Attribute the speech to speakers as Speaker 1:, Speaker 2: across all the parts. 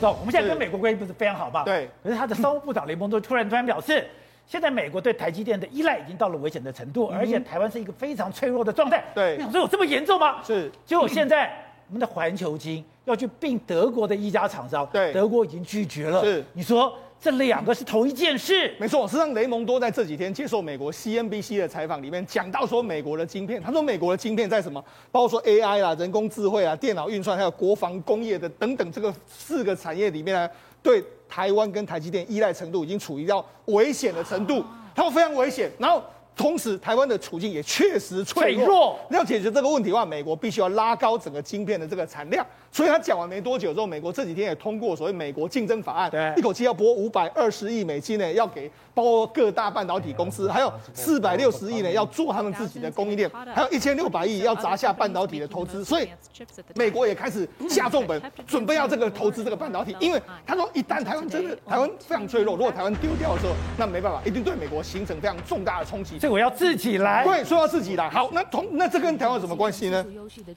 Speaker 1: 走，我们现在跟美国关系不是非常好嘛？
Speaker 2: 对。
Speaker 1: 可是他的商务部长雷蒙多突然突然表示， 现在美国对台积电的依赖已经到了危险的程度，而且台湾是一个非常脆弱的状态。
Speaker 2: 嗯对
Speaker 1: 你想说有这么严重吗？
Speaker 2: 是
Speaker 1: 结果现在我们的环球金要去并德国的一家厂商，
Speaker 2: 对
Speaker 1: 德国已经拒绝了。
Speaker 2: 是
Speaker 1: 你说这两个是同一件事？
Speaker 2: 没错，事实上，雷蒙多在这几天接受美国 CNBC 的采访里面讲到说，美国的晶片，他说美国的晶片在什么，包括说 AI 啦、人工智慧啊、电脑运算，还有国防工业的等等这个四个产业里面呢，啊对台湾跟台积电依赖程度已经处于到危险的程度，
Speaker 1: 啊
Speaker 2: 他们非常危险。然后同时，台湾的处境也确实脆弱。
Speaker 1: 脆弱
Speaker 2: 要解决这个问题的话，美国必须要拉高整个晶片的这个产量。所以他讲完没多久之后，美国这几天也通过所谓美国竞争法案，
Speaker 1: 对
Speaker 2: 一口气要拨五百二十亿美金呢，要给包括各大半导体公司，还有四百六十亿呢，要做他们自己的供应链，还有一千六百亿要砸下半导体的嗯投资。所以美国也开始下重本，准备要这个投资这个半导体，因为他说一旦台湾真的台湾非常脆弱，如果台湾丢掉的时候，那没办法，一定对美国形成非常重大的冲击。
Speaker 1: 所以我要自己来。
Speaker 2: 对，说到自己来，好，那同那这跟台湾有什么关系呢？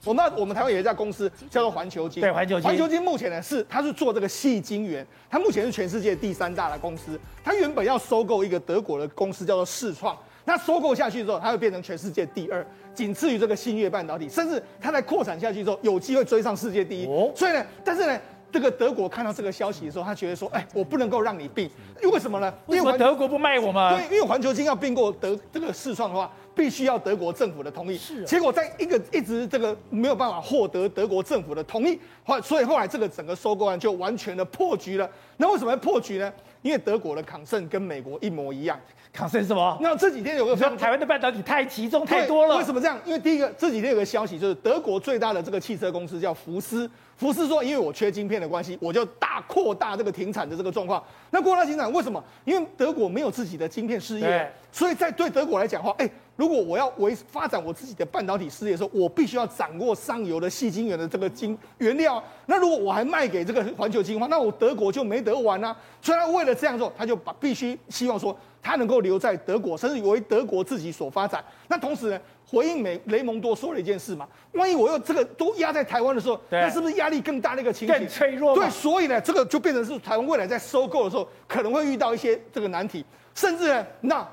Speaker 2: 我们我们台湾有一家公司叫做环球金，
Speaker 1: 对环球金
Speaker 2: 环球金目前呢是它是做这个细晶圆，它目前是全世界第三大的公司，它原本要收购一个德国的公司叫做世创。那收购下去之后，它会变成全世界第二，仅次于这个新月半导体，甚至它在扩展下去之后，有机会追上世界第一。
Speaker 1: 哦
Speaker 2: 所以呢，但是呢，这个德国看到这个消息的时候，他觉得说，哎，我不能够让你病，因为什么呢？因
Speaker 1: 为什么
Speaker 2: 环
Speaker 1: 德国不卖我们？
Speaker 2: 对，因为环球金要并购德这个世创的话，必须要德国政府的同意。
Speaker 1: 是啊
Speaker 2: 结果在一个一直这个没有办法获得德国政府的同意，后所以后来这个整个收购案就完全的破局了。那为什么会破局呢？因为德国的抗盛跟美国一模一样。
Speaker 1: 抗生什么？
Speaker 2: 那这几天有个
Speaker 1: 我
Speaker 2: 非
Speaker 1: 说
Speaker 2: 常
Speaker 1: 台湾的半导体太集中哦太多了。
Speaker 2: 对为什么这样？因为第一个这几天有个消息，就是德国最大的这个汽车公司叫福斯，福斯说因为我缺晶片的关系，我就大扩大这个停产的这个状况。那扩大停产为什么？因为德国没有自己的晶片事
Speaker 1: 对
Speaker 2: 业，所以在对德国来讲的话，哎、如果我要维发展我自己的半导体事业的时候，我必须要掌握上游的细晶圆的这个晶原料啊。那如果我还卖给这个环球晶的话，那我德国就没得玩啊。所以他为了这样做，他就把必须希望说他能够留在德国，甚至为德国自己所发展。那同时呢，回应美雷蒙多说了一件事嘛，万一我又这个都压在台湾的时候，
Speaker 1: 对
Speaker 2: 那是不是压力更大的一个情形？
Speaker 1: 更脆弱嘛
Speaker 2: 对，所以呢，这个就变成是台湾未来在收购的时候可能会遇到一些这个难题，甚至呢，那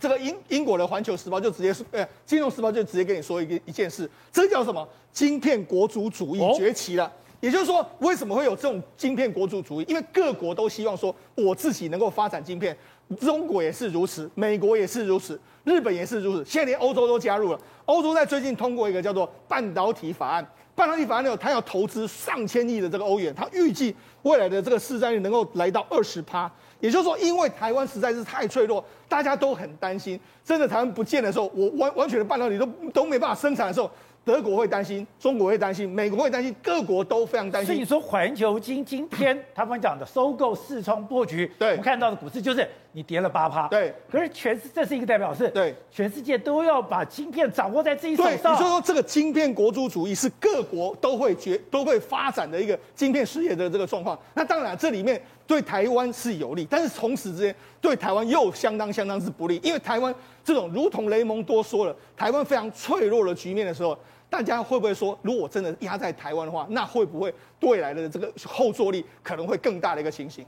Speaker 2: 这个英英国的《环球时报》就直接说，呃，《金融时报》就直接跟你说一个一件事，这叫什么？晶片国族主义
Speaker 1: 哦
Speaker 2: 崛起了。也就是说，为什么会有这种晶片国族主义？因为各国都希望说，我自己能够发展晶片。中国也是如此，美国也是如此，日本也是如此，现在连欧洲都加入了。欧洲在最近通过一个叫做半导体法案，半导体法案呢，它要投资上千亿的这个欧元，它预计未来的这个市占率能够来到二十趴。也就是说，因为台湾实在是太脆弱，大家都很担心，真的台湾不见的时候，我完完全的半导体都都没办法生产的时候，德国会担心，中国会担心，美国会担心，各国都非常担
Speaker 1: 所以你
Speaker 2: 心。
Speaker 1: 说环球金今天他们讲的收购四创破局，
Speaker 2: 对
Speaker 1: 我们看到的股市就是你跌了八趴，
Speaker 2: 对。
Speaker 1: 可是全世这是一个代表是，
Speaker 2: 对，
Speaker 1: 全世界都要把晶片掌握在自己手
Speaker 2: 对，
Speaker 1: 上。
Speaker 2: 你说说这个晶片国族主义是各国都会觉都会发展的一个晶片事业的这个状况。那当然，这里面对台湾是有利，但是同时之间对台湾又相当相当之不利，因为台湾这种如同雷蒙多说了，台湾非常脆弱的局面的时候。大家会不会说，如果真的压在台湾的话，那会不会对未来的这个后坐力可能会更大的一个情形？